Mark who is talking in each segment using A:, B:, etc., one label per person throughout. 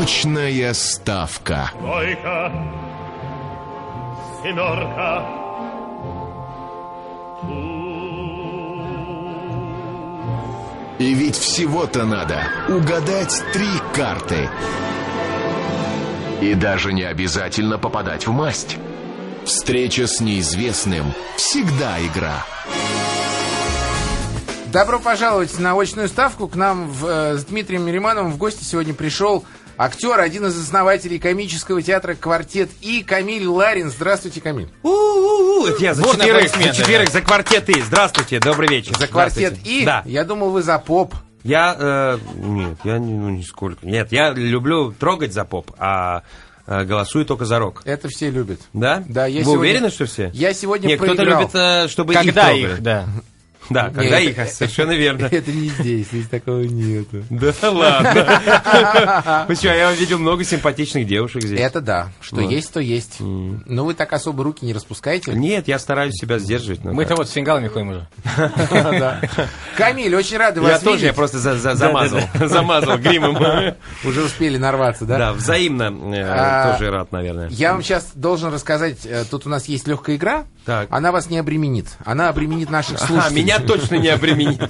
A: Очная ставка.
B: Двойка, семерка,
A: И ведь всего-то надо угадать три карты. И даже не обязательно попадать в масть. Встреча с неизвестным всегда игра.
C: Добро пожаловать на очную ставку. К нам в, э, с Дмитрием Миримановым в гости сегодня пришел актер, один из основателей комического театра «Квартет» и Камиль Ларин. Здравствуйте, Камиль.
D: У-у-у, это я за
E: Вот
D: четверых,
E: аплодисменты.
D: за четверых, за квартет И. Здравствуйте, добрый вечер.
C: За «Квартет
D: Здравствуйте.
C: И»
D: Да.
C: я думал, вы за поп.
D: Я, э, нет, я не- ну, нисколько. Нет, я люблю трогать за поп, а э, голосую только за рок.
C: Это все любят.
D: Да?
C: Да, я
D: Вы
C: сегодня-
D: уверены, что все?
C: Я сегодня
D: Нет, кто-то
C: проиграл.
D: любит, э, чтобы
E: Когда
D: их трогали.
E: их, да.
D: Да,
C: это-
D: когда их, а, совершенно верно.
C: Это не здесь, здесь такого нету.
D: Да ладно. Почему? Я видел много симпатичных девушек здесь.
C: Это да. Что
D: Вот.
C: есть, то есть. Но вы так особо руки не распускаете.
D: Нет, я стараюсь себя сдерживать. но
E: Мы-то
D: как.
E: вот с фингалами ходим уже.
C: Да. Камиль, очень рады
D: Я
C: вас
D: тоже, я
C: видеть.
D: просто за- за- замазал. Замазал гримом.
C: Уже успели нарваться,
D: Да, взаимно э,
C: А,
D: тоже рад, наверное.
C: Я вам сейчас должен рассказать, э, тут у нас есть легкая игра,
D: Так.
C: она вас не обременит, она обременит наших
D: А,
C: слушателей.
D: меня точно не обременит.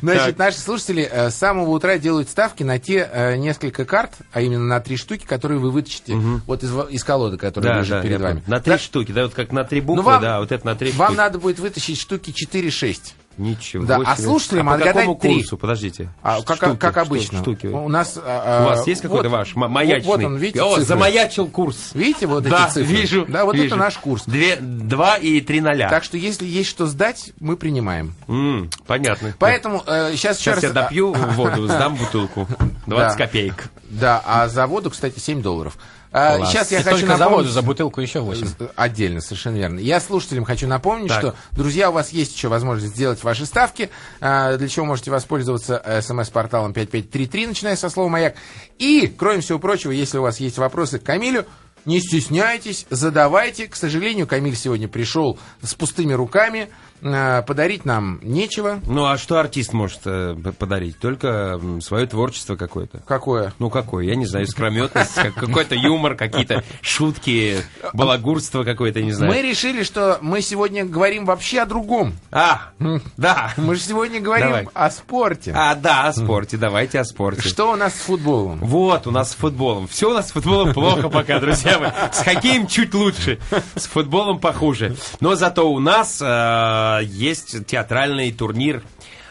C: Значит, наши слушатели э, с самого утра делают ставки на те э, несколько карт, а именно на три штуки, которые вы вытащите вот из, ва- из колоды, которая
D: Да,
C: лежит
D: да, я
C: перед вами.
D: понял. на три
C: Да,
D: штуки, да, вот как на три буквы,
C: Ну, вам-
D: да, вот это на три
C: Вам
D: штуки.
C: надо будет вытащить штуки 4-6.
D: Ничего
C: Да, а
D: себе.
C: слушателям
D: а по
C: отгадать
D: какому
C: три.
D: курсу, подожди.
C: А,
D: Ш-
C: как,
D: штуки,
C: как
D: что-
C: обычно.
D: Штуки.
C: У
D: У
C: нас... У
D: вас есть какой-то ваш м- маячный?
C: Вот он, видите,
D: О,
C: цифры.
D: замаячил курс.
C: Видите вот
D: да,
C: эти цифры?
D: вижу.
C: Да, вот это
D: вижу.
C: наш курс.
D: Две, два и три ноля.
C: Так что если есть что сдать, мы принимаем.
D: М, понятно.
C: Поэтому э, сейчас еще
D: Сейчас
C: раз...
D: я допью воду, сдам бутылку. 20
C: Да.
D: копеек.
C: Да, а за воду, кстати, 7 долларов. А, сейчас я
E: И
C: хочу
E: только за воду,
C: напомнить...
E: за бутылку еще 8.
C: Отдельно, совершенно верно. Я слушателям хочу напомнить,
D: Так.
C: что, друзья, у вас есть еще возможность сделать ваши ставки, а, для чего можете воспользоваться смс-порталом 5533, начиная со слова «Маяк». И, кроме всего прочего, если у вас есть вопросы к Камилю, не стесняйтесь, задавайте. К сожалению, Камиль сегодня пришел с пустыми руками, а, подарить нам нечего.
D: Ну, а что артист может э, п- подарить? Только м, свое творчество какое-то.
C: Какое?
D: Ну какой, я не знаю, искрометность, как- какой-то юмор, какие-то шутки, балагурство какое-то, не
C: Мы
D: знаю.
C: решили, что мы сегодня говорим вообще о другом.
D: А, да.
C: Мы же сегодня говорим
D: Давай.
C: о спорте.
D: А, да, о спорте, давайте о спорте.
C: Что у нас с футболом?
D: Вот, у нас с футболом. Все у нас с футболом плохо пока, друзья мои. С хоккеем чуть лучше, с футболом похуже. Но зато у нас э, есть театральный турнир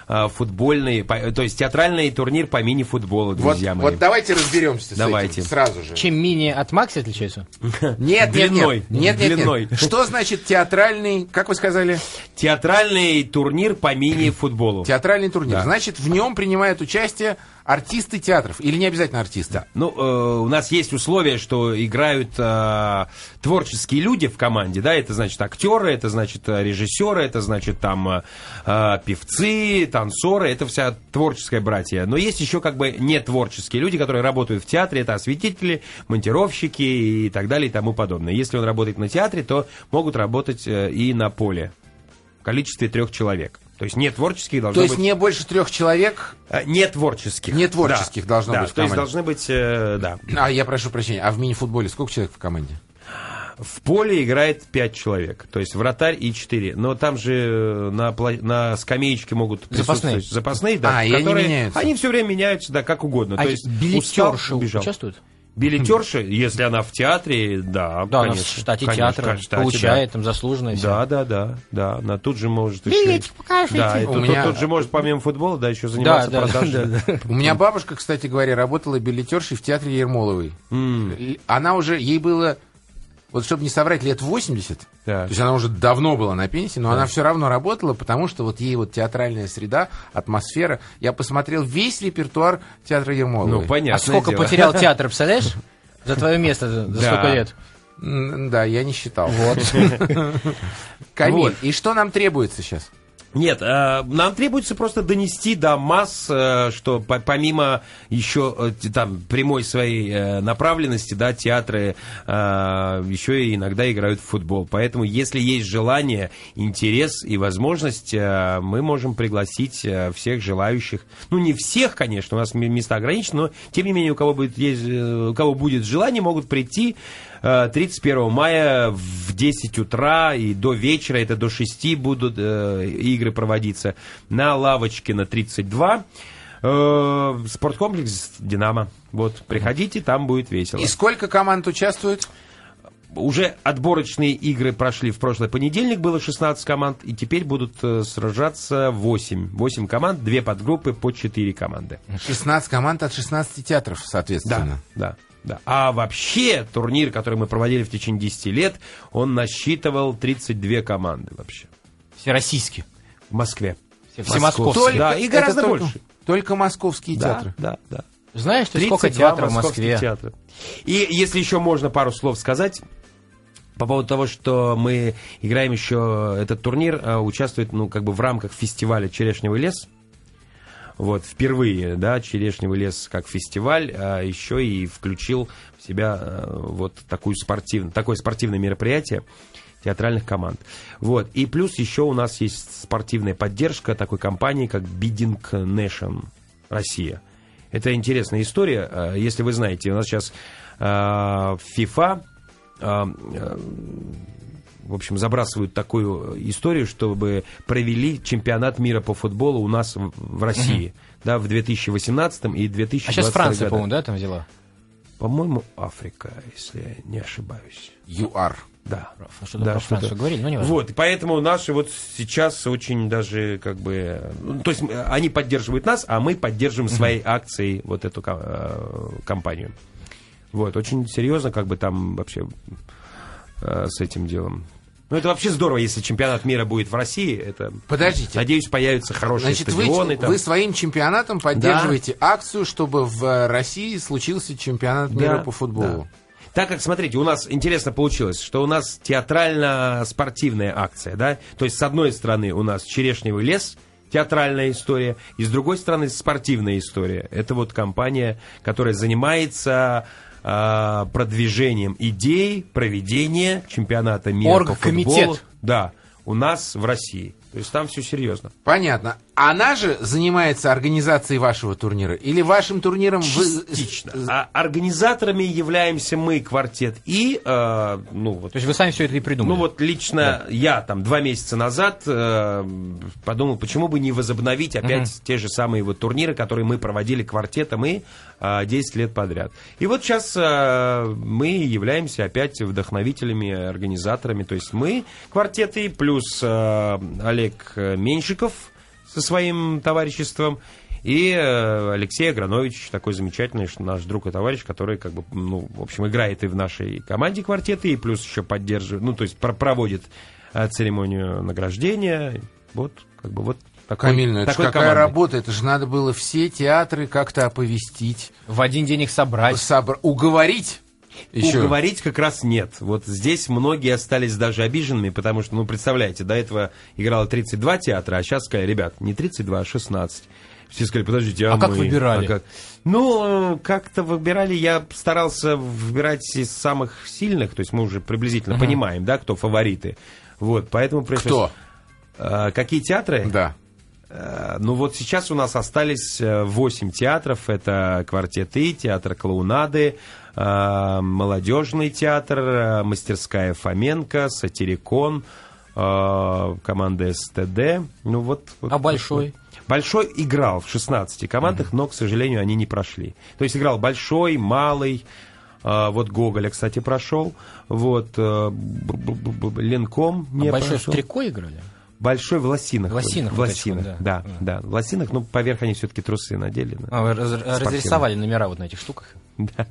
D: э, футбольный, по- то есть театральный турнир по мини-футболу,
C: Вот,
D: друзья мои.
C: вот давайте разберемся
D: Давайте.
C: с этим сразу же.
E: Чем мини от Макси отличается?
C: Нет, нет,
D: Длиной.
C: нет, нет, нет,
D: Длиной.
C: нет. Что значит театральный, как вы сказали,
D: Театральный турнир по мини-футболу.
C: театральный турнир?
D: Да.
C: Значит, в нем принимают участие артисты театров или не обязательно артисты?
D: Ну, э, у нас есть условия, что играют э, творческие люди в команде, да, это значит актеры, это значит э, режиссеры, это значит там э, э, певцы, танцоры, это вся творческая братья. Но есть еще как бы не творческие люди, которые работают в театре, это осветители, монтировщики и так далее и тому подобное. Если он работает на театре, то могут работать э, и на поле в количестве трех человек. То есть не творческие должны
C: То есть
D: быть...
C: не больше трех человек,
D: э, не творческих.
C: Не творческих
D: Да,
C: должно
D: да,
C: быть в
D: То есть
C: команде.
D: должны быть, э, да.
C: а я прошу прощения, а в мини-футболе сколько человек в команде?
D: В поле играет 5 человек, то есть вратарь и 4. Но там же э, на, пла- на скамеечке могут
E: Запасные.
D: присутствовать запасные, да,
C: А, и они меняются.
D: Они все время меняются, да, как угодно.
E: А
D: то есть устал,
E: билетерши
D: убежал.
E: участвуют?
D: Билетерша, если она в театре, да,
E: Да, она в
D: конечно,
E: штате
D: конечно,
E: театра
D: в штате, да.
E: получает, там заслуженное. А всё.
D: Да, да, да, да. Она тут же может еще. Да, и
C: У
D: тут,
C: меня-
D: тут же может помимо футбола, да, еще заниматься
E: да,
D: продажей.
E: да,
C: У меня бабушка, кстати говоря, работала билетершей в театре Ермоловой. Л- Она уже, ей было, вот чтобы не соврать, лет 80.
D: Так.
C: То есть она уже давно была на пенсии, но она все равно работала, потому что вот ей вот театральная среда, атмосфера. Я посмотрел весь репертуар театра Ермоловой.
D: Ну, понятно.
E: А сколько потерял театр, представляешь? За твое место за за
D: Да.
E: сколько лет?
C: М, Да, я не считал. Вот. Камиль,
D: Вот.
C: и что нам требуется сейчас?
D: Нет, э, нам требуется просто донести до масс, э, что по- помимо еще э, т- там прямой своей э, направленности, да, театры э, еще и иногда играют в футбол. Поэтому, если есть желание, интерес и возможность, э, мы можем пригласить э, всех желающих. Ну, не всех, конечно, у нас м- места ограничены, но тем не менее, у кого будет, есть, э, у кого будет желание, могут прийти э, 31 мая в 10 утра и до вечера, это до 6 будут э, игры проводиться на лавочке на 32. э, Спорткомплекс «Динамо». Вот, приходите, там будет весело.
C: И сколько команд участвует?
D: Уже отборочные игры прошли в прошлый понедельник, было 16 команд, и теперь будут э, сражаться 8. 8 команд, 2 подгруппы по 4 команды.
C: 16 команд от 16 театров, соответственно.
D: Да, да. А вообще турнир, который мы проводили в течение 10 лет, он насчитывал 32 команды вообще
E: Всероссийский.
D: в Москве.
E: Всемосковский.
D: Только- Да, и
C: это
D: гораздо
C: только-
D: больше.
C: Только московские театры.
D: Да, да, да.
E: Знаешь, ты
D: 32
E: сколько театров в
D: московских
E: Москве?
D: театра. И если еще можно пару слов сказать по поводу того, что мы играем еще этот турнир, э, участвует, ну, как бы в рамках фестиваля «Черешневый лес». Вот, впервые, да, «Черешневый лес» как фестиваль, а еще и включил в себя э, вот такую спортивную, такое спортивное мероприятие театральных команд. Вот. И плюс еще у нас есть спортивная поддержка такой компании, как Bidding Nation Россия. Это интересная история. Э, Если вы знаете, у нас сейчас э, FIFA а, в общем, забрасывают такую историю, чтобы провели чемпионат мира по футболу у нас в- в России, да, в 2018 и 2020
E: А сейчас Франция,
D: годах.
E: по-моему, да, там взяла?
D: По-моему, Африка, если я не ошибаюсь.
C: ЮАР.
D: Да.
E: А что-то про
D: что-то.
E: Францию говорили, но не важно.
D: Вот, и поэтому наши вот сейчас очень даже как бы... ну, То есть э, они поддерживают нас, а мы поддерживаем своей акцией вот эту ко- э, компанию. Вот, очень серьезно как бы там вообще э, с этим делом. Ну, это вообще здорово, если чемпионат мира будет в России. Это,
C: Подождите.
D: надеюсь, появятся хорошие
C: Значит, вы,
D: стадионы. там.
C: вы своим чемпионатом поддерживаете акцию, чтобы в э, России случился чемпионат мира
D: Да,
C: по футболу.
D: да. Так как, смотрите, у нас интересно получилось, что у нас театрально-спортивная акция, да? То есть, с одной стороны, у нас «Черешневый лес», театральная история, и с другой стороны, спортивная история. Это вот компания, которая занимается э, продвижением идей проведения чемпионата мира по
E: Оргкомитет.
D: футболу. Да, у нас в России. То есть там все серьезно.
C: Понятно. Она же занимается организацией вашего турнира? Или вашим турниром вы...
D: Частично. А организаторами являемся мы, квартет, и э, ну, вот
E: То есть вы сами все это и придумали?
D: Ну вот лично я там два месяца назад э, подумал, почему бы не возобновить опять те же самые вот турниры, которые мы проводили квартетом и э, 10 лет подряд. И вот сейчас э, мы являемся опять вдохновителями, организаторами. То есть мы квартеты плюс э, Олег Меньшиков со своим товариществом. И э, Алексей Агранович, такой замечательный ш- наш друг и товарищ, который, как бы, ну, в общем, играет и в нашей команде квартеты, и плюс еще поддерживает, ну, то есть про- проводит э, церемонию награждения. Вот, как бы, вот такой,
C: Камиль, ну это ж
D: такой
C: какая
D: командой.
C: работа, это же надо было все театры как-то оповестить,
E: В один день их собрать.
C: собра- уговорить. Еще.
D: А Уговорить как раз нет. Вот здесь многие остались даже обиженными, потому что, ну, представляете, до этого играло 32 театра, а сейчас сказали, ребят, не 32, а 16. Все сказали, подождите, а,
E: А как
D: мы-
E: выбирали?
D: а как?» Ну, э, как-то выбирали, я старался выбирать из самых сильных, то есть мы уже приблизительно понимаем, да, кто фавориты. Вот, поэтому пришлось...
C: Кто?
D: Э, какие театры?
C: Да.
D: Э, Ну вот сейчас у нас остались 8 театров. Это квартеты, театр клоунады, э, молодежный театр, э, мастерская Фоменко, сатирикон, э, команда СТД. Ну вот, вот-
E: А большой?
D: Большой играл в 16 командах, но, к сожалению, они не прошли. То есть играл большой, малый. э, Вот Гоголя, кстати, прошел. Вот э, б- б- б- б- Ленком не
E: а большой
D: прошел.
E: в трико играли?
D: Большой в лосинах.
E: В лосинах
D: В
E: вот
D: лосинах,
E: этих вот,
D: да.
E: да.
D: Да, в лосинах, но поверх они все-таки трусы надели. да.
E: А, вы раз- разрисовали номера вот на этих штуках.
D: Да.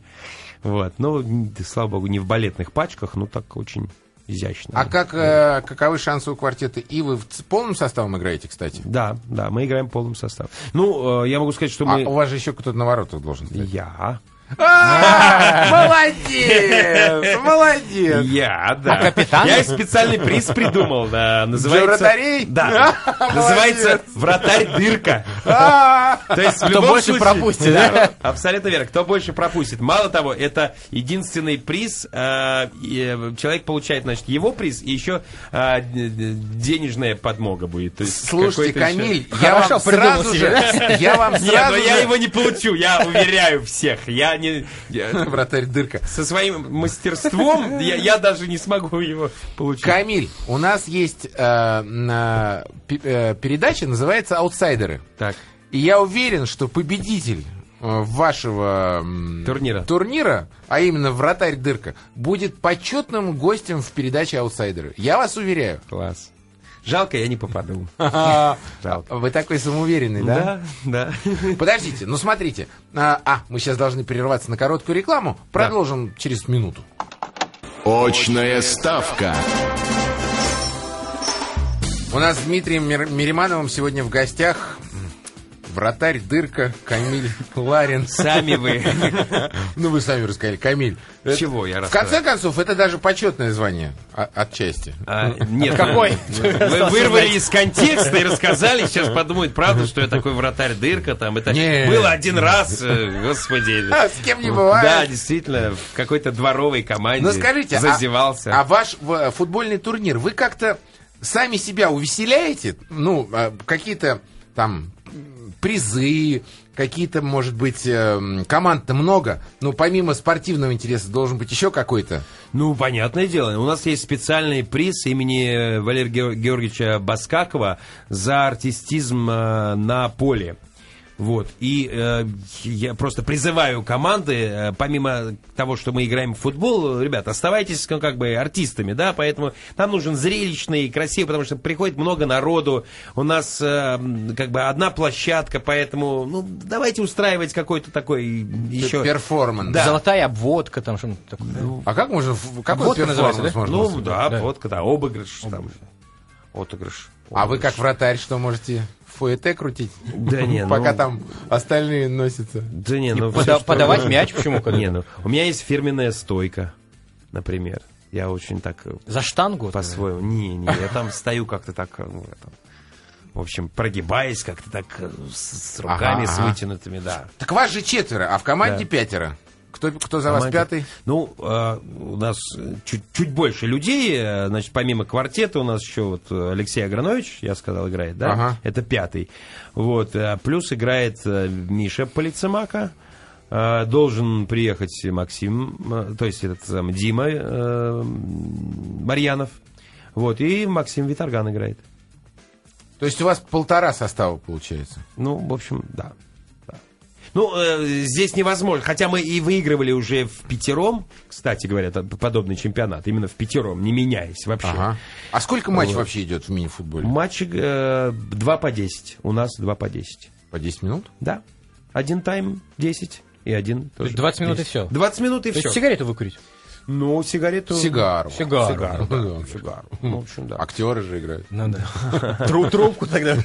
D: Вот, ну, н- слава богу, не в балетных пачках, но так очень изящно.
C: А как, э, каковы шансы у квартета? И вы в ц- полным составом играете, кстати?
D: Да, да, мы играем полным составом. Ну, э, я могу сказать, что
C: А
D: мы...
C: у вас же еще кто-то на воротах должен стоять.
D: Я.
C: А, Молодец! Молодец!
D: Я, да.
E: А капитан?
D: Я и специальный приз придумал. да, называется...
C: вратарей?
D: Да. Называется «Вратарь-дырка».
C: А,
D: То есть, в
E: Кто
D: любом
E: больше
D: случае-
E: пропустит, да?
D: Абсолютно верно. Кто больше пропустит. Мало того, это единственный приз. э, и, э, Человек получает, значит, его приз, и еще э, д- д- денежная подмога будет. То есть
C: Слушайте,
D: какой-то еще-
C: Камиль, я вам
E: Хорошо придумал
C: сразу
E: себе,
C: же... Я вам
D: Нет, но
C: сразу
D: ну я
C: же...
D: его не получу, я уверяю всех. Я не... я-
C: Вратарь дырка.
D: со своим мастерством я, я даже не смогу его получить.
C: Камиль, у нас есть э, на- пе- э, передача, называется «Аутсайдеры».
D: Так.
C: И я уверен, что победитель э, вашего м,
D: Турнира.
C: турнира, а именно вратарь Дырка, будет почетным гостем в передаче «Аутсайдеры». Я вас уверяю.
D: Класс. Жалко, я не попаду. Жалко.
C: Вы такой самоуверенный, да?
D: Да,
C: Подождите, ну смотрите. А, а, мы сейчас должны прерваться на короткую рекламу. Продолжим через минуту.
A: Очная ставка.
C: У нас с Дмитрием Мир- Миримановым сегодня в гостях м, вратарь Дырка Камиль Ларин.
D: Сами вы.
C: Ну, вы сами рассказали, Камиль. Это-
D: Чего я
C: В
D: рассказал?
C: конце концов, это даже почетное звание а- отчасти.
D: А, нет.
E: Какой?
D: Вы вырвали из контекста и рассказали. Сейчас подумают, правда, что я такой вратарь-дырка там. Это
C: Нет.
D: было один раз, э, господи.
C: А, с кем не
D: Да,
C: бывает.
D: действительно, в какой-то дворовой команде
C: Ну, скажите, а-
D: зазевался.
C: А, ваш в- футбольный турнир, вы как-то сами себя увеселяете? Ну, а, какие-то там м, призы, какие-то, может быть, эм, команд-то много. Ну, помимо спортивного интереса должен быть еще какой-то.
D: Ну, понятное дело. У нас есть специальный приз имени э, Валерия Геор- Георгиевича Баскакова за артистизм э, на поле. Вот. И э, я просто призываю команды, э, помимо того, что мы играем в футбол, ребят, оставайтесь ну, как бы артистами, да, поэтому нам нужен зрелищный и красивый, потому что приходит много народу, у нас э, м, как бы одна площадка, поэтому, ну, давайте устраивать какой-то такой еще...
C: Перформанс.
D: Да.
E: Золотая обводка, там что-нибудь такое.
C: А как можно... в- Какой
E: Водка
C: перформанс
E: называется, да?
C: можно
D: Ну,
C: назвать?
D: да, вот когда обыгрыш, там, отыгрыш.
C: А вы как вратарь что можете? Фуэте крутить?
D: Да не, ну-
C: Пока там остальные носятся.
D: Да не, ну...
E: пода-
D: всё, что-
E: подавать мяч почему как-то?
D: Не, ну, у меня есть фирменная стойка, например. Я очень так э,
E: За штангу?
D: по-своему... Не, не, я там стою как-то так... э, ну, это, В общем, прогибаясь как-то так э, с, с руками,
C: Ага,
D: с
C: ага.
D: вытянутыми, да.
C: Так вас же четверо, а в команде пятеро. Кто, кто за вас
D: Команде.
C: пятый?
D: Ну, э, у нас э, чуть, чуть больше людей. э, Значит, помимо квартета у нас еще вот э, Алексей Агранович, я сказал, играет, да?
C: Ага.
D: Это пятый. Вот. э, Плюс играет э, Миша Полицемака. Э, Должен приехать Максим, э, то есть этот самый Дима э, Марьянов. Вот. И Максим Виторган играет.
C: То есть у вас полтора состава получается.
D: Ну, в общем, да. Да. Ну, э, здесь невозможно. Хотя мы и выигрывали уже в пятером, кстати говоря, это подобный чемпионат, именно в пятером, не меняясь вообще.
C: Ага. А сколько матчей вообще идет в мини-футболе?
D: Матчи э, 2 по 10. У нас 2 по 10.
C: По 10 минут?
D: Да. Один тайм 10 и один тоже.
E: есть 20 минут и
D: 10.
E: всё?
D: 20 минут и
E: То есть
D: все.
E: сигарету выкурить?
D: Ну, сигарету...
C: Сигару.
E: Сигару.
D: Сигару,
C: Ну,
D: да,
C: да.
D: сигару.
E: Хм.
D: Ну, В общем,
E: А
D: да.
C: Актеры же играют.
E: Ну да. Тру- Трубку тогда.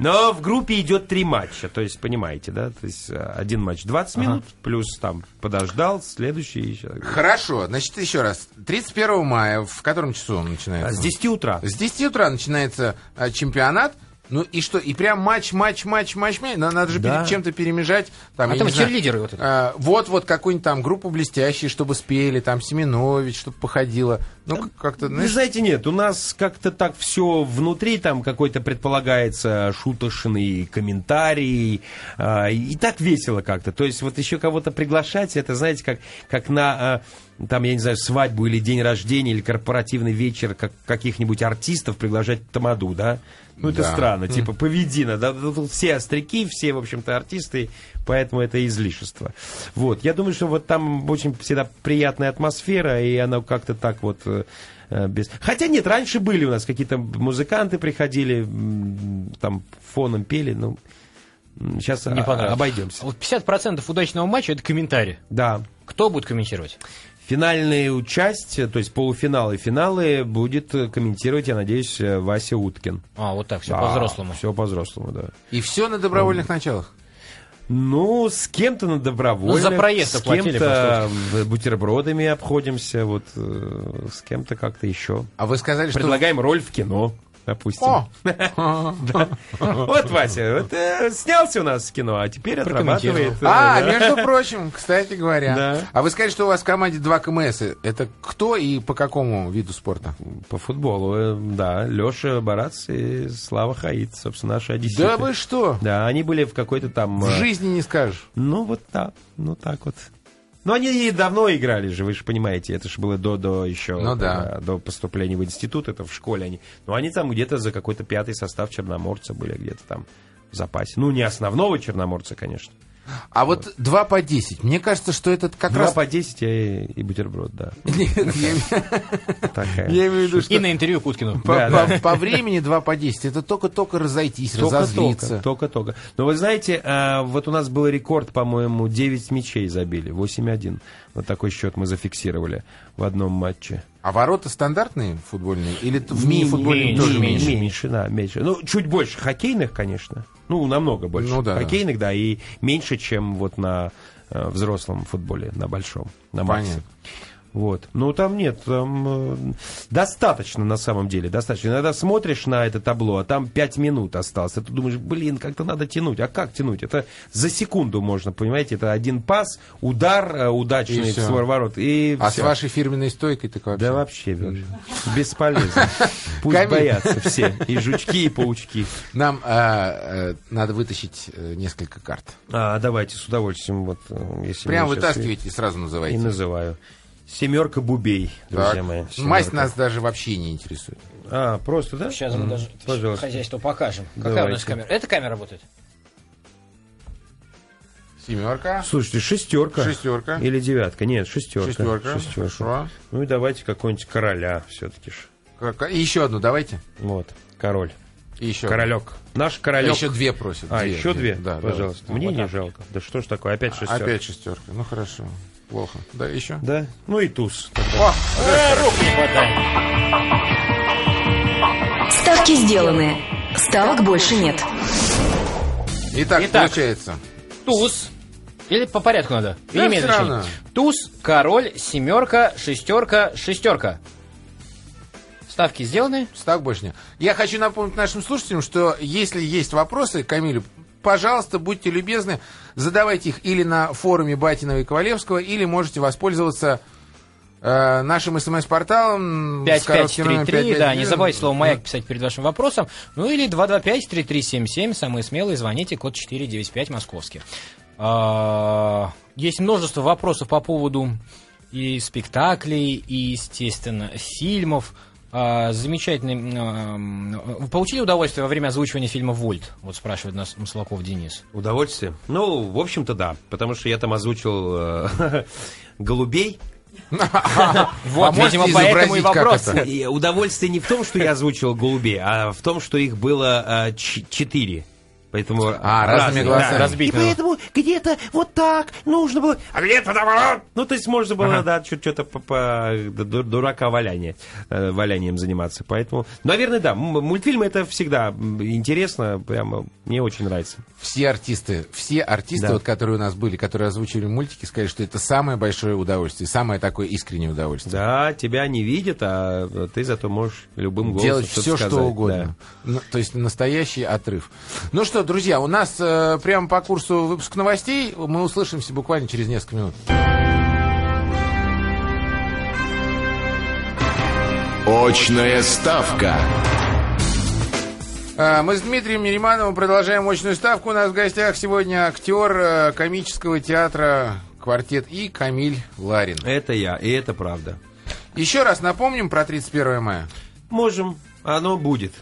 D: Но в группе идет три матча, то есть, понимаете, да? То есть, э, один матч 20 минут, плюс там подождал, следующий еще.
C: Хорошо, значит, еще раз. 31 мая, в котором часу он
D: А
C: начинается?
D: С 10 утра.
C: С 10 утра начинается а, чемпионат. Ну и что? И прям матч, матч, матч, матч. матч. На- Надо же
D: Да.
C: перед чем-то перемежать. Там,
E: А
C: я
E: там
C: не знаю,
E: черлидеры вот это.
C: а, Вот-вот какую-нибудь там группу блестящие, чтобы спели, там Семенович, чтобы походила. Ну, как- как-то,
D: Вы
C: знаешь,
D: знаете, нет, у нас как-то так все внутри, там какой-то предполагается шуточный комментарий, а, и так весело как-то. То есть вот еще кого-то приглашать, это, знаете, как, как на, а, там, я не знаю, свадьбу или день рождения, или корпоративный вечер как, каких-нибудь артистов приглашать в Тамаду, да? Ну, это
C: Да.
D: странно, типа, поведина, да, тут тут все остряки, все, в общем-то, артисты, поэтому это излишество. Вот, я думаю, что вот там очень всегда приятная атмосфера, и она как-то так вот э, э, без... Хотя нет, раньше были у нас какие-то музыканты приходили, м, там фоном пели, ну, сейчас
E: Не понравилось. А
D: обойдемся.
E: Вот 50% удачного матча – это комментарий.
D: Да,
E: Кто будет комментировать?
D: финальную часть, э, то есть полуфиналы и финалы будет э, комментировать, я надеюсь, э, Вася Уткин.
E: А, вот так, все по-взрослому.
D: Все по-взрослому, да.
C: и все на добровольных началах.
D: Ну, с кем-то на добровольно.
E: Ну, за проезд
D: с
E: оплатили,
D: кем-то в- бутербродами обходимся, вот э, с кем-то как-то еще.
C: А вы сказали, что...
D: Предлагаем роль в кино, допустим.
C: О!
D: Вот, Вася, вот, э, снялся у нас в кино, а теперь отрабатывает. э,
C: А,
D: да.
C: между прочим, кстати говоря.
D: Да.
C: А вы сказали, что у вас в команде два КМС. Это кто и по какому виду спорта?
D: По футболу, э, да. Леша Барац и Слава Хаид, собственно, наши одесситы.
C: Да вы что?
D: Да, они были в какой-то там...
C: В
D: э,
C: жизни не скажешь.
D: Ну, вот да, ну так вот. Но они и давно играли же, вы же понимаете, это же было до, до еще,
C: Ну да.
D: до поступления в институт, это в школе они. Но они там где-то за какой-то пятый состав черноморца были где-то там в запасе. Ну, не основного черноморца, конечно.
C: А вот 2 по 10. Мне кажется, что этот как
D: Два
C: раз...
D: Ну, а по 10 и, и бутерброд, да.
C: Нет, я
D: Такая.
C: я имею в виду,
E: И
C: что
E: на интервью Куткину.
C: по-
D: Да,
C: по по времени 2 по 10. Это только-только разойтись, разозлиться.
D: Только-только. Но вы знаете, э, вот у нас был рекорд, по-моему, 9 мячей забили, 8-1. Вот такой счет мы зафиксировали в одном матче.
C: А ворота стандартные футбольные? Или т- в мини-футбольном
E: меньше,
C: тоже меньше?
D: меньше. да, меньше. Ну, чуть больше хоккейных, конечно. Ну, намного больше.
C: Ну да, да.
D: хоккейных, да. и меньше, чем вот на э, взрослом футболе, на большом, на максе.
C: Понятно.
D: Вот. Ну, там нет, там э, достаточно на самом деле, достаточно. Иногда смотришь на это табло, а там 5 минут осталось. И ты думаешь, блин, как-то надо тянуть. А как тянуть? Это за секунду можно, понимаете? Это один пас, удар э, удачный
C: И
D: в
C: всё.
D: свой ворот. И
C: А с
D: всё.
C: вашей фирменной стойкой так вообще?
D: Да вообще Вер, бесполезно. Пусть
C: Камиль.
D: боятся все, и жучки, и паучки.
C: Нам а, э, надо вытащить э, несколько карт.
D: А, давайте с удовольствием, вот, э, если
C: Прям
D: вы сейчас
C: вытаскивайте и сразу
D: и- И
C: называйте.
D: называю. Семерка бубей, друзья
C: Так.
D: мои. семерка.
C: Масть нас даже вообще не интересует.
D: А, просто, да?
E: Сейчас мы даже
D: Пожалуйста.
E: хозяйство покажем. Какая у
D: Давайте.
E: нас камера? Эта камера работает?
C: Семерка.
D: Слушайте, шестерка.
C: Шестерка.
D: Или девятка. Нет, шестерка.
C: Шестерка.
D: Шестерка.
C: Хорошо.
D: Ну и давайте какого-нибудь короля все-таки ж.
C: Как- И еще одну давайте.
D: Вот, король.
C: И еще.
D: Королек. Наш королек.
C: Еще две просят.
D: А, еще две?
C: Да, Ну,
D: Пожалуйста.
C: да.
D: Мне не жалко. Да что ж такое, опять шестерка.
C: А, Опять шестерка. Ну хорошо. Плохо. Да, еще.
D: Да? Ну и туз.
B: Ставки сделаны. Ставок больше нет.
C: Итак,
E: Итак.
C: получается.
E: Туз. Или по порядку надо? Или
C: Да,
E: имеет
C: всё
E: значение?
C: равно.
E: Туз, король, семерка, шестерка, шестерка. Ставки сделаны?
C: Ставок больше нет. Я хочу напомнить нашим слушателям, что если есть вопросы, Камилю, пожалуйста, будьте любезны, задавайте их или на форуме Батинова и Ковалевского, или можете воспользоваться э, нашим смс-порталом. с коротким номером
E: 5533, да,
C: 5533.
E: не забывайте слово «Маяк» писать перед вашим вопросом. Ну или 225-3377, самые смелые, звоните, код 495, московский. А, Есть множество вопросов по поводу и спектаклей, и, естественно, фильмов. А, Замечательный... м, а, Вы получили удовольствие во время озвучивания фильма «Вольт»? Вот спрашивает нас Маслаков Денис.
D: Удовольствие? Ну, в общем-то, да. Потому что я там озвучил э, голубей.
E: Вот,
C: А можете
E: видимо, поэтому и
C: изобразить, как
E: вопрос.
C: это?
D: И удовольствие не в том, что я озвучил голубей, а в том, что их было э, ч- четыре. Поэтому
C: А, разными глазами.
E: Разбить
D: И
E: надо.
D: поэтому где-то вот так нужно было, а где-то наоборот. Ну, то есть можно было, да, что-то по, по- ду- дурака валяние, э, валянием заниматься. Поэтому, наверное, да, м- мультфильмы это всегда м, интересно, прямо мне очень нравится.
C: Все артисты, все артисты,
D: Да.
C: вот, которые у нас были, которые озвучили мультики, сказали, что это самое большое удовольствие, самое такое искреннее удовольствие.
D: Да, тебя не видят, а ты зато можешь любым голосом
C: Делать
D: что-то
C: все,
D: сказать.
C: что угодно. Ну, то есть настоящий отрыв. Ну что, друзья, у нас э, прямо по курсу выпуск новостей. Мы услышимся буквально через несколько минут.
A: Очная ставка.
C: А, Мы с Дмитрием Неримановым продолжаем мощную ставку. У нас в гостях сегодня актер э, комического театра «Квартет» и Камиль Ларин.
D: Да. Это я, и это правда.
C: Еще раз напомним про 31 мая.
D: Можем, оно будет.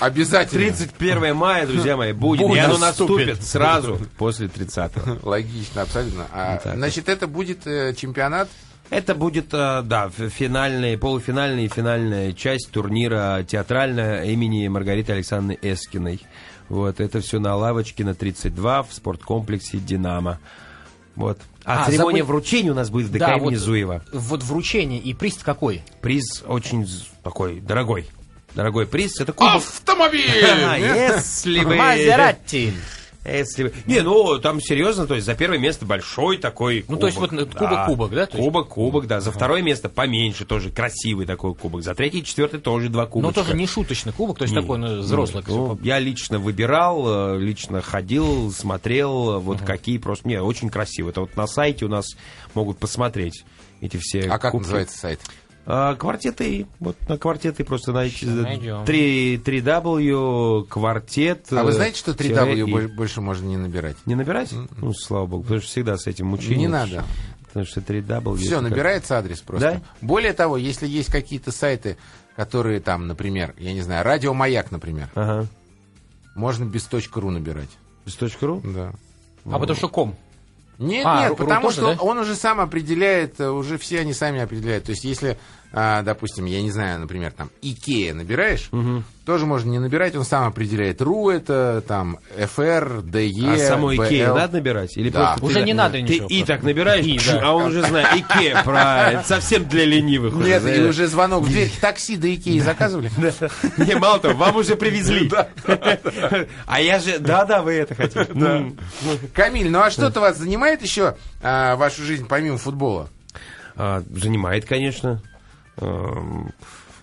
C: Обязательно.
D: 31 мая, друзья мои, будет. И
C: Будет.
D: оно наступит сразу после 30-го.
C: Логично, абсолютно. А,
D: Вот так
C: значит, это будет э, чемпионат.
D: Это будет, э, да, ф- финальная, полуфинальная и финальная часть турнира театральная имени Маргариты Александровны Эскиной. Вот, это все на лавочке на 32 в спорткомплексе «Динамо». Вот. А,
E: А,
D: церемония
E: забыл-
D: вручения у нас будет в ДК
E: Да,
D: имени
E: вот-
D: Зуева.
E: Вот вручение и приз какой?
D: Приз очень з- такой дорогой. Дорогой приз. Это кубок.
C: Автомобиль!
D: Если бы...
E: Мазерати!
D: Если... вы- Не, ну, там серьезно, то есть за первое место большой такой
E: Ну, то есть вот
D: да.
E: кубок-кубок, да, то есть?
D: Кубок, кубок, да. За второе место поменьше тоже красивый такой кубок. За третье и четвертое тоже два кубка.
E: Ну, тоже не шуточный кубок, то есть такой ну, взрослый.
D: Ну, я лично выбирал, э, лично ходил, смотрел, э, вот какие просто... Не, очень красиво. Это вот на сайте у нас могут посмотреть эти все
C: А как
D: кубки.
C: называется сайт?
D: А, квартеты, и. вот на квартеты просто найти
E: найдем.
D: 3, 3W, квартет.
C: А вы
D: э,
C: знаете, что 3W
D: тире
C: больше-
D: и.
C: больше можно не набирать?
D: Не набирать? Ну, слава богу, потому что всегда с этим мучение.
C: Не надо.
D: Потому что 3W...
C: Все,
D: это как-
C: набирается адрес просто.
D: Да?
C: Более того, если есть какие-то сайты, которые там, например, я не знаю, радио Маяк, например,
D: Ага.
C: можно без .ру набирать.
D: Без точки ру?
C: Да.
E: А потому что ком.
C: Нет,
E: А,
C: нет,
E: ру-
C: потому
E: ру тоже,
C: что
E: да?
C: он уже сам определяет, э, уже все они сами определяют. То есть, если, а, допустим, я не знаю, например, там Икея набираешь, тоже можно не набирать, он сам определяет. РУ это там ФР, ДЕ,
D: А саму
C: BL.
D: Икею надо набирать? Или
C: Да.
D: просто
E: Уже
D: ты-
E: не надо
D: ты
E: ничего
D: и
E: просто.
D: так набираешь,
E: И, да.
D: а он уже знает. Икея, правильно. Это совсем для ленивых.
C: Нет, и
D: знаешь.
C: уже звонок в дверь. Такси до Икеи заказывали?
D: Не, мало того, вам уже привезли. А я же... Да-да, вы это хотите. М.
C: Камиль, ну а что-то вас занимает еще а, вашу жизнь помимо футбола?
D: А, Занимает, конечно. Эм,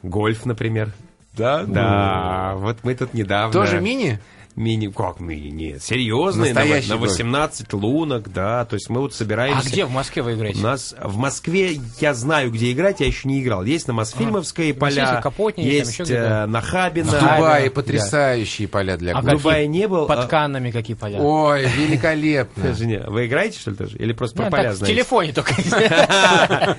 D: Гольф, например.
C: Да?
D: Да, вот мы тут недавно...
C: Тоже мини?
D: Мини, как мини? Нет, серьезные, на,
C: Настоящий
D: на
C: гольф.
D: 18 лунок, да, то есть мы вот собираемся...
E: А где в Москве вы
D: У
E: играете?
D: нас в Москве, я знаю, где играть, я еще не играл. Есть на Мосфильмовской
E: Здесь
D: поля,
E: и Капотни, и там
D: есть
E: еще где-то.
D: э, на Хабина.
C: В
E: Да,
C: Дубае
E: да.
C: потрясающие поля для
E: А
D: В
C: гольфа.
E: как-
D: Дубае не был.
E: Под
D: а-
E: Каннами какие поля? Ну,
C: Ой, великолепно.
D: Подожди, не, Вы играете, что ли, тоже? Или просто
E: Да,
D: про поля
E: так, в
D: знаете?
E: телефоне только.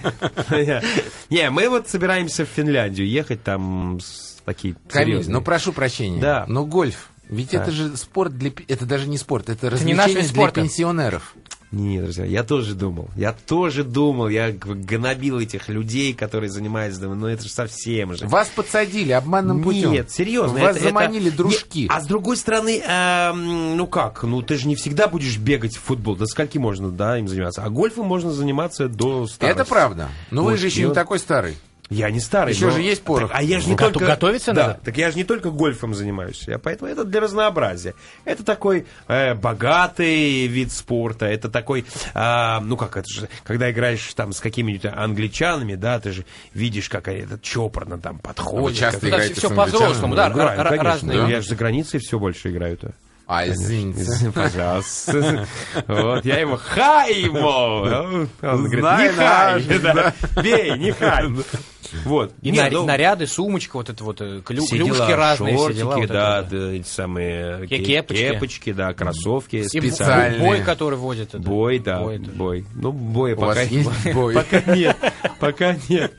D: Не, мы вот собираемся в Финляндию ехать там с такие
C: Камиль,
D: серьезные.
C: ну прошу прощения,
D: Да.
C: но гольф, ведь это же спорт для... пе- Это даже не спорт, это
E: не наш
C: развлечение
E: вид
C: для
E: спорта.
C: пенсионеров.
D: Не, друзья, я тоже думал. Я тоже думал, я как бы гнобил этих людей, которые занимаются, думаю, ну это же совсем же.
C: Вас подсадили обманным путем.
D: Нет, серьезно.
C: Вас
D: это- это-
C: заманили
D: Не,
C: дружки.
D: а с другой стороны, эм, ну как, ну ты же не всегда будешь бегать в футбол. До скольки можно, да, им заниматься? А гольфом можно заниматься до старости.
C: Это правда. Но вы
D: Вот,
C: же еще
D: и
C: не
D: вот-
C: такой старый.
D: Я не старый.
C: Еще
D: но-
C: же есть порох.
D: Так, а я же не
E: Ну, готов-
D: только...
E: готовиться
D: да,
E: надо.
D: Так я же не только гольфом занимаюсь. Я, поэтому это для разнообразия. Это такой э, богатый вид спорта. Это такой... а, ну как это же... Когда играешь там с какими-нибудь англичанами, да, ты же видишь, как они- это чопорно там
C: А
D: подходит.
C: Вы часто
D: как-
C: играете
E: всё
C: с англичанами?
E: по-взрослому, да.
D: Играю,
E: ра- ра-
D: конечно.
E: разные.
D: Ну, Я же за границей все больше играю-то.
C: А, извините.
D: Пожалуйста. Вот, я его хай ему! А Он говорит,
C: Знай
D: не хай!
C: наш,
D: да. Бей, не хай! Вот.
E: И
D: Не,
E: наря-
D: ну,
E: наряды, сумочка, вот это вот, э, клю-
D: все
E: клюшки
D: дела,
E: разные, все
D: шортики,
E: дела. вот это
D: да,
E: вот.
D: да, эти самые
E: Ке-
D: ке-
E: кепочки.
D: кепочки, да, кроссовки,
E: И б-
D: специальные.
E: бой, который водит. это.
D: Бой, да,
E: Бой
D: бой.
E: это.
D: Ну, бой
C: У
D: пока...
C: вас есть бой?
D: Пока нет, пока нет.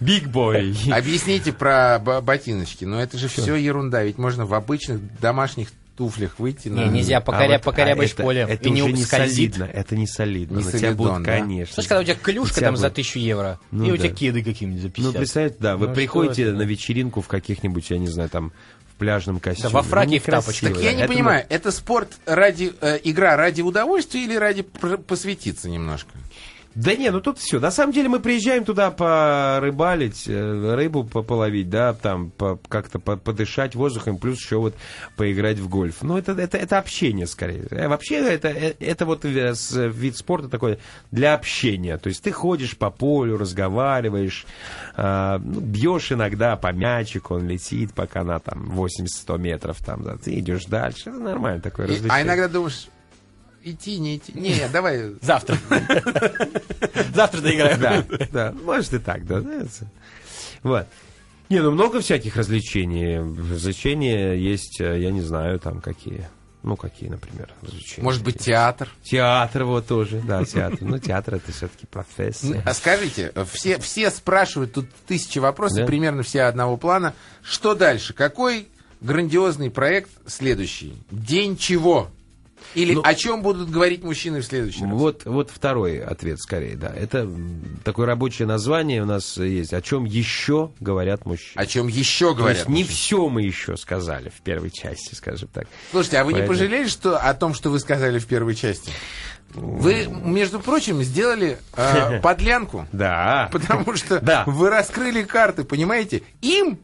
D: Биг бой.
C: Объясните про бо- ботиночки. Но это же все ерунда. Ведь можно в обычных домашних туфлях выйти ну, на...
E: Не, нельзя покоря,
D: А вот,
E: покорябай
D: а это-
E: школе.
D: Это
E: и не
D: уже не
E: скользит.
D: солидно, это не солидно.
C: Не
D: На тебя
C: солидон,
D: будут,
C: да?
D: конечно.
E: Слышишь, когда у тебя клюшка
D: тебя
E: там за
D: будет.
E: 1000 евро,
D: Ну
E: и у
D: да.
E: тебя кеды какие-нибудь за 50.
D: Ну, представляете, да, вы
E: Ну, что
D: приходите
E: это?
D: на вечеринку в каких-нибудь, я не знаю, там, в пляжном костюме.
E: во фраке
D: Ну,
E: и в тапочках.
D: некрасиво,
C: Так
D: да.
C: я не
D: Это
C: понимаю, это спорт ради... э, игра ради удовольствия или ради пр- посвятиться немножко?
D: Да не, ну тут все. На самом деле мы приезжаем туда порыбалить, э, рыбу по- половить, да, там по- как-то по- подышать воздухом, плюс еще вот поиграть в гольф. Ну это, это, это общение скорее. Э, Вообще это, э, это вот ви- с- вид спорта такой для общения. То есть ты ходишь по полю, разговариваешь, а, ну, бьешь иногда по мячику, он летит, пока на там 80-100 метров, там, да, ты идешь дальше. Это нормально такое
C: И-
D: развлечение.
C: а иногда думаешь, идти, не идти. Не, давай...
E: Завтра. Завтра доиграю.
D: Да, да, может и так, да. да, это- Вот. Не, ну много всяких развлечений. Развлечения есть, э, я не знаю, там какие. Ну, какие, например, развлечения.
C: Может быть, театр?
D: Театр вот тоже, да, театр. Ну, театр это все-таки профессия.
C: А скажите, все, все спрашивают, тут тысячи вопросов,
D: Да.
C: примерно все одного плана. Что дальше? Какой грандиозный проект следующий? День чего? Или о чем будут говорить мужчины в следующий раз?
D: Вот, вот второй ответ скорее, да. Это м, такое рабочее название у нас есть. О чем еще говорят мужчины?
C: О чем еще
D: То
C: говорят?
D: есть не все мы еще сказали в первой части, скажем так.
C: Слушайте, а вы не
D: Поэтому-
C: пожалели что, о том, что вы сказали в первой части? Вы, между прочим, сделали э, подлянку,
D: Да.
C: потому что
D: Да.
C: вы раскрыли карты, понимаете? Им,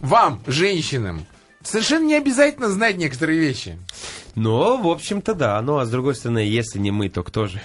C: вам, женщинам, совершенно не обязательно знать некоторые вещи.
D: Ну, в общем-то, да. Ну, а с другой стороны, если не мы, то кто же?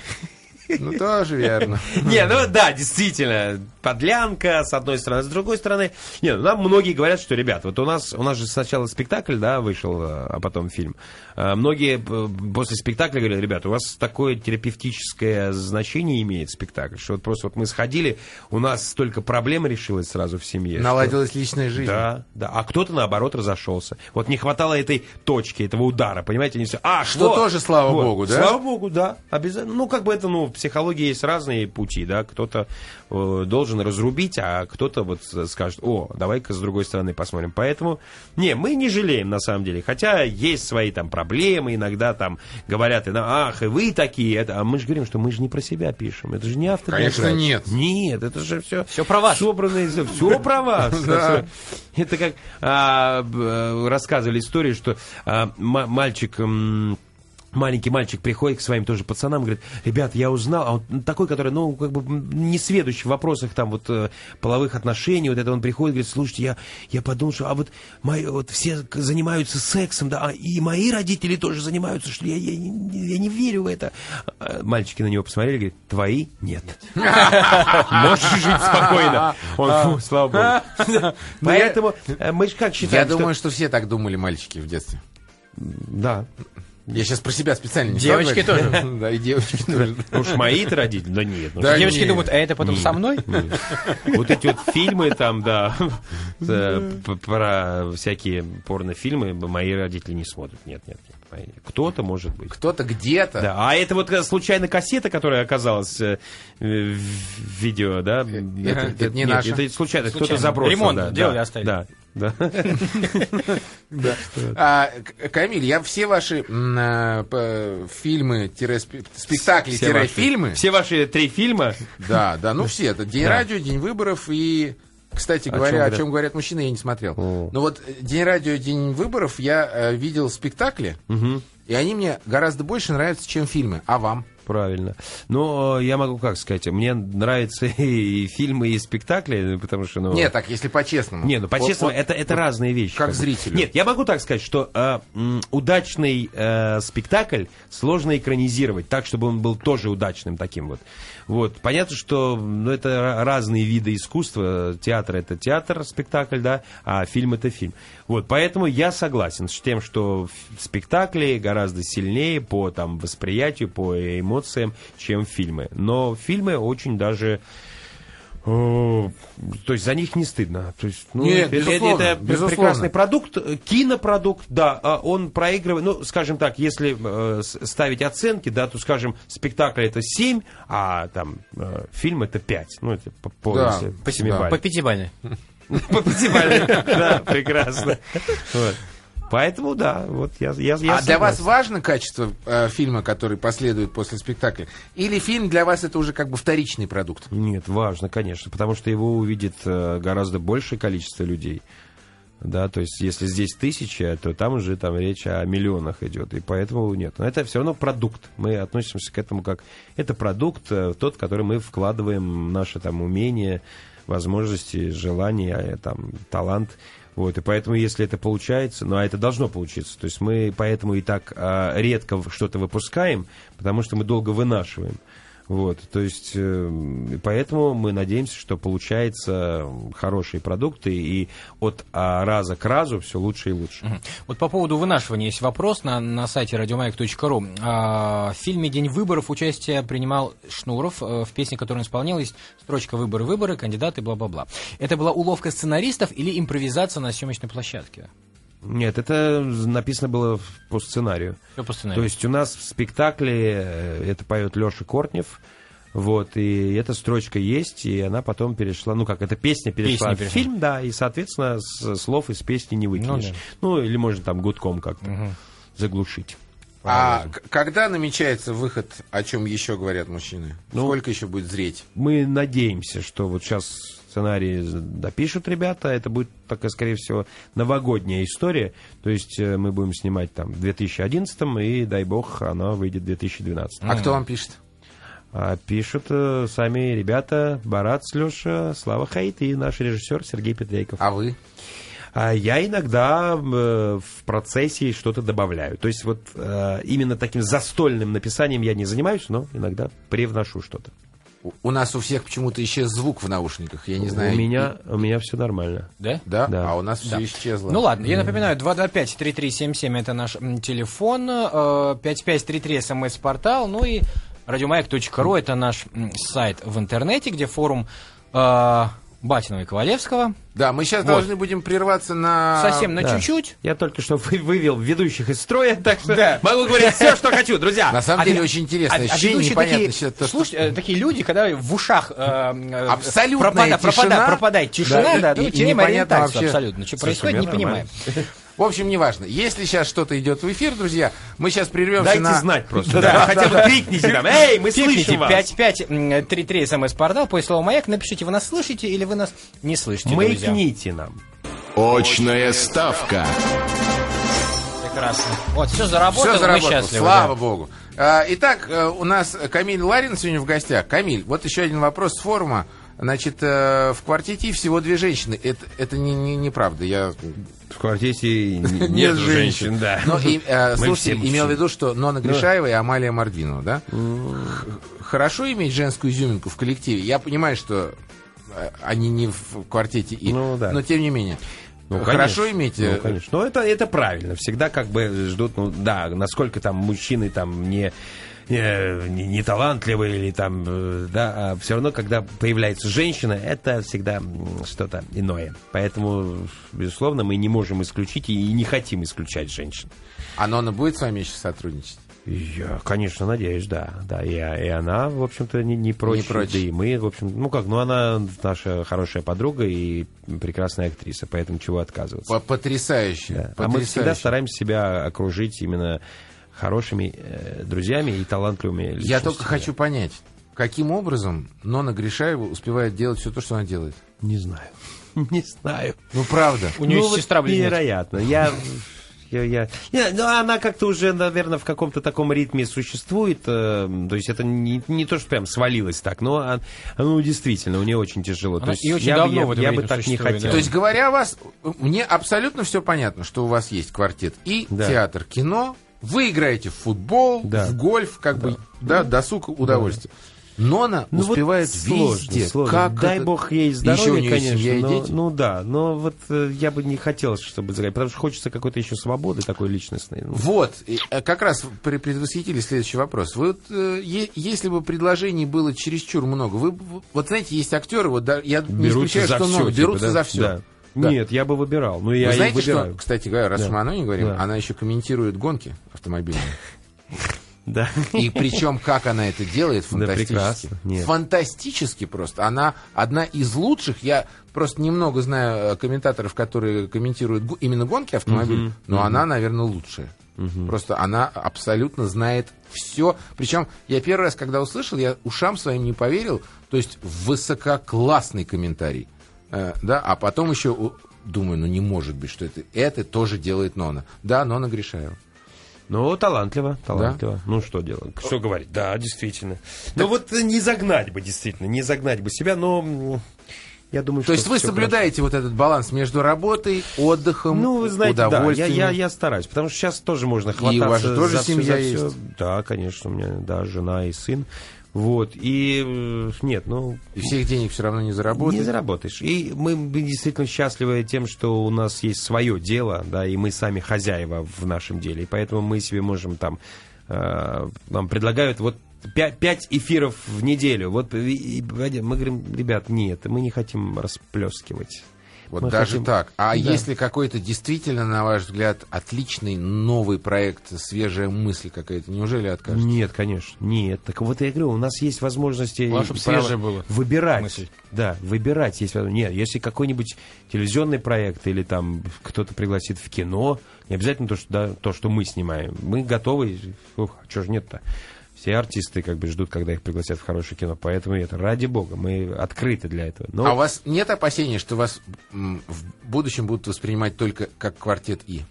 C: Ну, тоже верно.
D: Не, ну да, действительно, подлянка, с одной стороны, с другой стороны. Не, ну, нам многие говорят, что, ребят, вот у нас, у нас же сначала спектакль, да, вышел, э, а потом фильм. Э, Многие э, после спектакля говорят, ребят, у вас такое терапевтическое значение имеет спектакль, что вот просто вот мы сходили, у нас столько проблем решилось сразу в семье. что-
C: Наладилась личная жизнь.
D: Да, да. А кто-то, наоборот, разошелся. Вот не хватало этой точки, этого удара, понимаете? Они все, а,
C: Что
D: вот,
C: Ну, тоже, слава
D: вот».
C: богу, да?
D: Слава богу, да. Обязательно. Ну, как бы это, ну, в психологии есть разные пути, да. Кто-то э, должен разрубить, а кто-то вот скажет, о, давай-ка с другой стороны посмотрим. Поэтому, не, мы не жалеем, на самом деле. Хотя есть свои там проблемы, иногда там говорят, и нам, ах, и вы такие. Это... А мы же говорим, что мы же не про себя пишем. Это же не автор.
C: Конечно, нет.
D: Нет, это же все...
E: Всё про вас.
D: Собрано из... Все про вас.
C: Да.
D: Это как а, б- э, рассказывали историю, что а, ма- мальчик... м, Маленький мальчик приходит к своим тоже пацанам, говорит, ребят, я узнал, а он такой, который, ну, как бы м, не сведущий в вопросах там вот э, половых отношений, вот это он приходит, говорит, слушайте, я, я подумал, что, а вот, мои, вот все к- занимаются сексом, да, а и мои родители тоже занимаются, что я, я, не- я не верю в это. А Мальчики на него посмотрели, говорят, твои нет. Можешь жить спокойно. Он, фу, слава богу. Поэтому э, мы же как
C: Я
D: считаем, что-
C: думаю, что все так думали, мальчики, в детстве.
D: Да.
C: Я сейчас про себя специально не
E: Девочки
C: стал говорить. Да, и девочки тоже.
D: Уж мои-то Ну, родители, да нет. ну
C: Да
D: что-
E: Девочки
C: нет.
E: думают, а это потом со мной?
D: Вот эти вот фильмы там, да, э, п- про всякие порнофильмы мои родители не смотрят. Нет, нет, нет. мои нет. Кто-то, может быть.
C: Кто-то где-то.
D: Да, а это вот э, случайно кассета, которая оказалась э, в в видео, да? Это,
C: это не
D: нет,
C: наша.
D: это случайно, кто-то
E: Случайно.
D: забросил.
E: Ремонт
D: да,
E: делали,
D: да,
E: оставили.
D: Да, да.
C: Да. А, К- Камиль, я все ваши м, а, п- фильмы, тире спе-
D: Все ваши-
C: спектакли-фильмы...
D: Все ваши три фильма
C: Да, да, ну все. Это День
D: Да.
C: радио, День выборов и... Кстати
D: О
C: говоря,
D: чем
C: о чем говорят мужчины, я не смотрел.
D: О.
C: Но вот э, День радио, День выборов я э, видел спектакли, и они мне гораздо больше нравятся, чем фильмы. А вам?
D: Правильно. Но э, я могу как сказать, мне нравятся и фильмы, и спектакли, потому что... Ну,
C: Нет, так, если по-честному.
D: Не, ну по-честному,
C: Вот- вот
D: это, это разные вещи.
C: как
D: бы.
C: зрителю.
D: Нет, я могу так сказать, что э, м, удачный э, спектакль сложно экранизировать так, чтобы он был тоже удачным таким вот. Вот. Понятно, что ну, это ра- разные виды искусства. Театр это театр, спектакль, да, а фильм это фильм. Вот, поэтому я согласен с тем, что ф- спектакли гораздо сильнее по там, восприятию, по эмоциям, чем фильмы. Но фильмы очень даже о, Э, То есть за них не стыдно. То есть, ну,
C: Нет,
D: это,
C: безусловно,
D: это
C: безусловно.
D: прекрасный продукт, э, кинопродукт, да, а он проигрывает. Ну, скажем так, если э, с- ставить оценки, да, то, скажем, спектакль это 7, а там э, фильм это 5. Ну, это по, по,
C: Да,
D: если
C: да.
D: по семибалльной.
E: По пятибалльной.
D: По пятибалльной. Да, прекрасно. Вот. Поэтому, да, вот я я- я
C: а для вас
D: согласен.
C: важно качество э, фильма, который последует после спектакля? Или фильм для вас это уже как бы вторичный продукт?
D: Нет, важно, конечно, потому что его увидит э, гораздо большее количество людей. Да, то есть если здесь тысяча, то там уже там речь о миллионах идет, и поэтому нет. Но это все равно продукт. Мы относимся к этому как это продукт, э, тот, в который мы вкладываем наши там умения, возможности, желания, э, там талант. Вот, и поэтому, если это получается, ну, а это должно получиться, то есть мы поэтому и так а, редко в- что-то выпускаем, потому что мы долго вынашиваем. Вот, то есть, э, и поэтому мы надеемся, что получается хорошие продукты, и от а, раза к разу все лучше и лучше.
E: Мгм. Вот по поводу вынашивания есть вопрос на, на сайте радиомаяк.ру. А, в фильме «День выборов» участие принимал Шнуров. Э, В песне, которую он исполнил, есть строчка «Выборы, выборы, кандидаты, бла-бла-бла». Это была уловка сценаристов или импровизация на съемочной площадке?
D: Нет, это написано было в- по сценарию.
E: Все по сценарию.
D: То есть у нас в спектакле э, это поет Леша Кортнев. Вот, и эта строчка есть, и она потом перешла, ну как, эта песня перешла
E: Песня
D: в
E: перешла.
D: фильм, да, и, соответственно, с слов из песни не выкинешь. Ну,
E: да.
D: или можно там гудком как-то заглушить.
C: А к- когда намечается выход, о чем еще говорят мужчины?
D: Ну,
C: Сколько еще будет зреть?
D: мы надеемся, что вот сейчас сценарий допишут ребята, это будет такая, скорее всего, новогодняя история, то есть э, мы будем снимать там в 2011 и, дай бог, она выйдет в 2012.
C: А кто вам пишет?
D: А пишут э, сами ребята Барат, Леша, Слава Хаит и наш режиссер Сергей Петрейков.
C: А вы?
D: а я иногда э, в процессе что-то добавляю. То есть вот э, именно таким застольным написанием я не занимаюсь, но иногда привношу что-то.
C: У- У нас у всех почему-то исчез звук в наушниках, я не знаю.
D: У меня, у меня все нормально.
E: Да?
C: Да?
D: Да.
C: А у нас все исчезло.
E: Ну ладно, я напоминаю, 225-3377 это наш м, телефон, э, 5533 смс-портал, ну и радиомаяк.ру это наш м, сайт в интернете, где форум э, Батинова и Ковалевского.
C: Да, мы сейчас
E: Вот.
C: должны будем прерваться на...
E: Совсем на
D: А, Да.
E: чуть-чуть.
D: Я только что вы- вывел ведущих из строя, так что могу говорить все, что хочу, друзья.
C: На самом
E: А
C: деле
E: ве-
C: очень интересно.
E: а- а
C: Ощущение
E: ведущие
C: непонятно.
E: такие,
C: сейчас, то, что-
E: слушайте, э, такие люди, когда в ушах э, э,
C: Абсолютная
E: пропада- пропада-
C: тишина.
E: пропадает тишина,
C: Да,
E: да,
C: и-
E: да, ну,
C: и
E: теряем
C: непонятно
E: ориентацию
C: вообще.
E: абсолютно, что
D: Слушай,
E: происходит,
D: у
E: не
D: меня
E: понимаем.
D: нормально.
C: В общем, неважно. Если сейчас что-то идет в эфир, друзья, мы сейчас прервемся
D: Дайте
C: на...
D: знать просто. да, Хотя бы крикните там. Эй, мы
E: Пикните
D: слышим вас.
E: 5533 смс-портал, после слова «Маяк», напишите, вы нас слышите или вы нас не слышите, друзья.
D: Маякните нам.
A: Очная ставка.
E: Прекрасно. Вот, все заработало,
C: Все
E: мы
C: заработало,
E: счастливы.
C: слава
E: да.
C: богу. А, Итак, э, у нас Камиль Ларин сегодня в гостях. Камиль, вот еще один вопрос с форума. Значит, э, в квартете всего две женщины. Это, это не, не- неправда. Я...
D: В квартете нет женщин, да.
C: Но, и, э,
D: Мы все
C: слушатель
D: мужчины. Ну.
C: имел в виду, что Нона Гришаева и Амалия Мордвинова, да? Х- Хорошо иметь женскую изюминку в коллективе. Я понимаю, что э, они не в квартете И,
D: Ну, да.
C: но тем не менее.
D: Ну,
C: Хорошо
D: конечно.
C: иметь...
D: Ну,
C: э,
D: конечно. Но это, это правильно. Всегда как бы ждут, ну да, насколько там мужчины там не э, не, не талантливые или там, э, да, все равно, когда появляется женщина, это всегда м, что-то иное. Поэтому, безусловно, мы не можем исключить и не хотим исключать женщин.
C: А Нона будет с вами еще сотрудничать?
D: Я, конечно, надеюсь, да. да и, и она, в общем-то, не, не прочь.
C: Не прочь.
D: Да и мы, в общем, ну как, ну она наша хорошая подруга и прекрасная актриса, поэтому чего отказываться.
C: По- Потрясающе.
D: Да. А мы
C: потрясающе.
D: всегда стараемся себя окружить именно хорошими э, друзьями и талантливыми личностями.
C: Я только хочу понять, каким образом Нона Гришаева успевает делать все то, что она делает?
D: Не знаю. Не знаю.
C: Ну, правда.
E: У нее
D: Ну,
E: есть
D: вот
E: сестра близнец.
D: Невероятно. Я... Я, я- Не, ну, она как-то уже, наверное, в каком-то таком ритме существует. э, то есть это не, не то, что прям свалилось так, но а, ну, действительно, у нее очень тяжело.
E: Она
D: то есть
E: и очень
D: я, бы-
E: давно
D: я-
E: в этом
D: я бы
E: ритме
D: так не
E: существует,
D: хотел.
E: да.
C: То есть, говоря о вас, мне абсолютно все понятно, что у вас есть квартет и
D: Да.
C: театр, кино. Вы играете в футбол,
D: Да.
C: в гольф, как бы, да, досуг, удовольствие. Нона
D: Ну, вот
C: успевает
D: сложно,
C: везде.
D: сложно.
C: Как
D: Дай
C: это-
D: бог ей
C: Еще у
D: здоровья,
C: нее есть
D: конечно.
C: семья и
D: но-
C: дети.
D: Ну да, но вот э, я бы не хотел, чтобы загорать, потому что хочется какой-то еще свободы такой личностной. Ну,
C: Вот, и, э, как раз пре- предвосхитили следующий вопрос. Вы вот, э, е- если бы предложений было чересчур много, вы бы- вот знаете, есть актеры, вот да, я не
D: берутся
C: исключаю,
D: за
C: что
D: все.
C: много,
D: типа,
C: берутся
D: да?
C: за все.
D: Да. Нет, я бы выбирал. Ну,
C: Вы
D: я и
C: знаете,
D: выбираю.
C: что, кстати говоря, раз
D: Да.
C: мы о Ноне говорим,
D: Да.
C: она еще комментирует гонки автомобильные.
D: Да.
C: И причем, как она это делает,
D: Да,
C: фантастически.
D: прекрасно. Нет.
C: Фантастически просто. Она одна из лучших. Я просто немного знаю э, комментаторов, которые комментируют го- именно гонки автомобилей, но она, наверное, лучшая. Просто она абсолютно знает все. Причем я первый раз, когда услышал, я ушам своим не поверил. То есть высококлассный комментарий. Э, да, а потом еще у- думаю, ну не может быть, что это, это тоже делает Нона. Да, Нона Гришаева.
D: Ну, талантливо, талантливо. Ну, что делать? Что говорить? Да, действительно. Ну, вот э, не загнать бы, действительно, не загнать бы себя, но м, я думаю,
C: То есть вы
D: всё
C: соблюдаете вот этот баланс между работой, отдыхом,
D: хорошо. Ну, вы знаете, да, я,
C: удовольствием?
D: я, я стараюсь, потому что сейчас тоже можно
C: у вас
D: хвататься
C: же тоже
D: за всё,
C: семья
D: за всё.
C: есть?
D: Да, конечно, у меня, да, жена и сын. Вот, и э, нет, ну,
C: И всех денег все равно не заработаете?
D: Не заработаешь. И мы действительно счастливы тем, что у нас есть свое дело, да, и мы сами хозяева в нашем деле. И поэтому мы себе можем там, э, нам предлагают вот пя- пять эфиров в неделю. Вот и- и мы говорим, ребят, нет, мы не хотим расплескивать.
C: Вот
D: Мы
C: даже
D: хотим-
C: так. А
D: Да.
C: если какой-то действительно, на ваш взгляд, отличный новый проект, свежая мысль какая-то, неужели откажете?
D: Нет, конечно, нет. Так вот я говорю, у нас есть возможности
E: Главное, чтоб
D: и право
E: свежее было.
D: выбирать.
E: Мысль.
D: Да, выбирать есть. возможность. Нет, если какой-нибудь телевизионный проект или там кто-то пригласит в кино, не обязательно то, что, да, то, что мы снимаем. Мы готовы. Ух, а чего же нет-то? Все артисты как бы ждут, когда их пригласят в хорошее кино. Поэтому это ради бога, мы открыты для этого. Но
C: А у вас нет опасений, что вас м, в будущем будут воспринимать только как квартет И?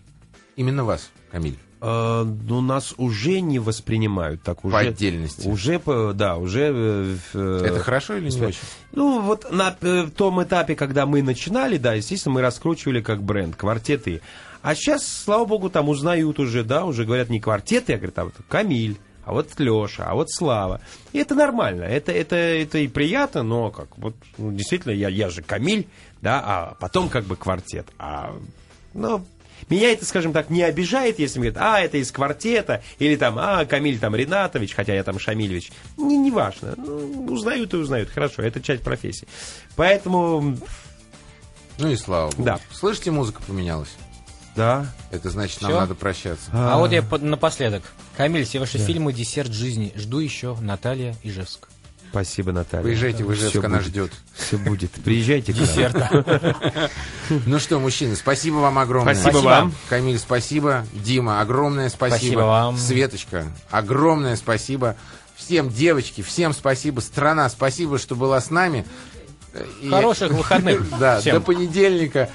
C: Именно вас, Камиль.
D: Э, ну, нас уже не воспринимают так уже.
C: По отдельности.
D: Уже, по- да, уже... э, в, э,
C: Это хорошо или не очень?
D: Ну, вот на э, том этапе, когда мы начинали, да, естественно, мы раскручивали как бренд, квартеты. А сейчас, слава богу, там узнают уже, да, уже говорят не квартеты, а говорят, а вот Камиль, а вот Леша, а вот Слава. И это нормально, это, это, это и приятно, но как, вот, ну, действительно, я, я же Камиль, да, а потом как бы квартет. А, ну, меня это, скажем так, не обижает, если мне говорят, а, это из квартета, или там, а, Камиль там Ринатович, хотя я там Шамильевич. Не, не важно. Ну, узнают и узнают. Хорошо, это часть профессии. Поэтому,
C: Ну и слава богу.
D: Да.
C: Слышите, музыка поменялась.
D: да.
C: Это значит,
E: Всё?
C: нам надо прощаться.
E: А, вот я под- напоследок. Камиль, все ваши фильмы «Десерт жизни». Жду еще Наталья Ижевск.
D: Спасибо, Наталья.
C: Поезжайте в Ижевск,
D: Всё
C: она
D: будет.
C: ждет.
D: Все будет. Приезжайте к нам.
C: Ну что, мужчины, спасибо вам огромное.
D: Спасибо Спасибо. вам.
C: Камиль, спасибо. Дима, огромное спасибо.
E: Спасибо вам.
C: Светочка, огромное спасибо. Всем девочки, всем спасибо. Страна, спасибо, что была с нами. И-
E: Хороших выходных
C: Да,
E: всем.
C: до понедельника.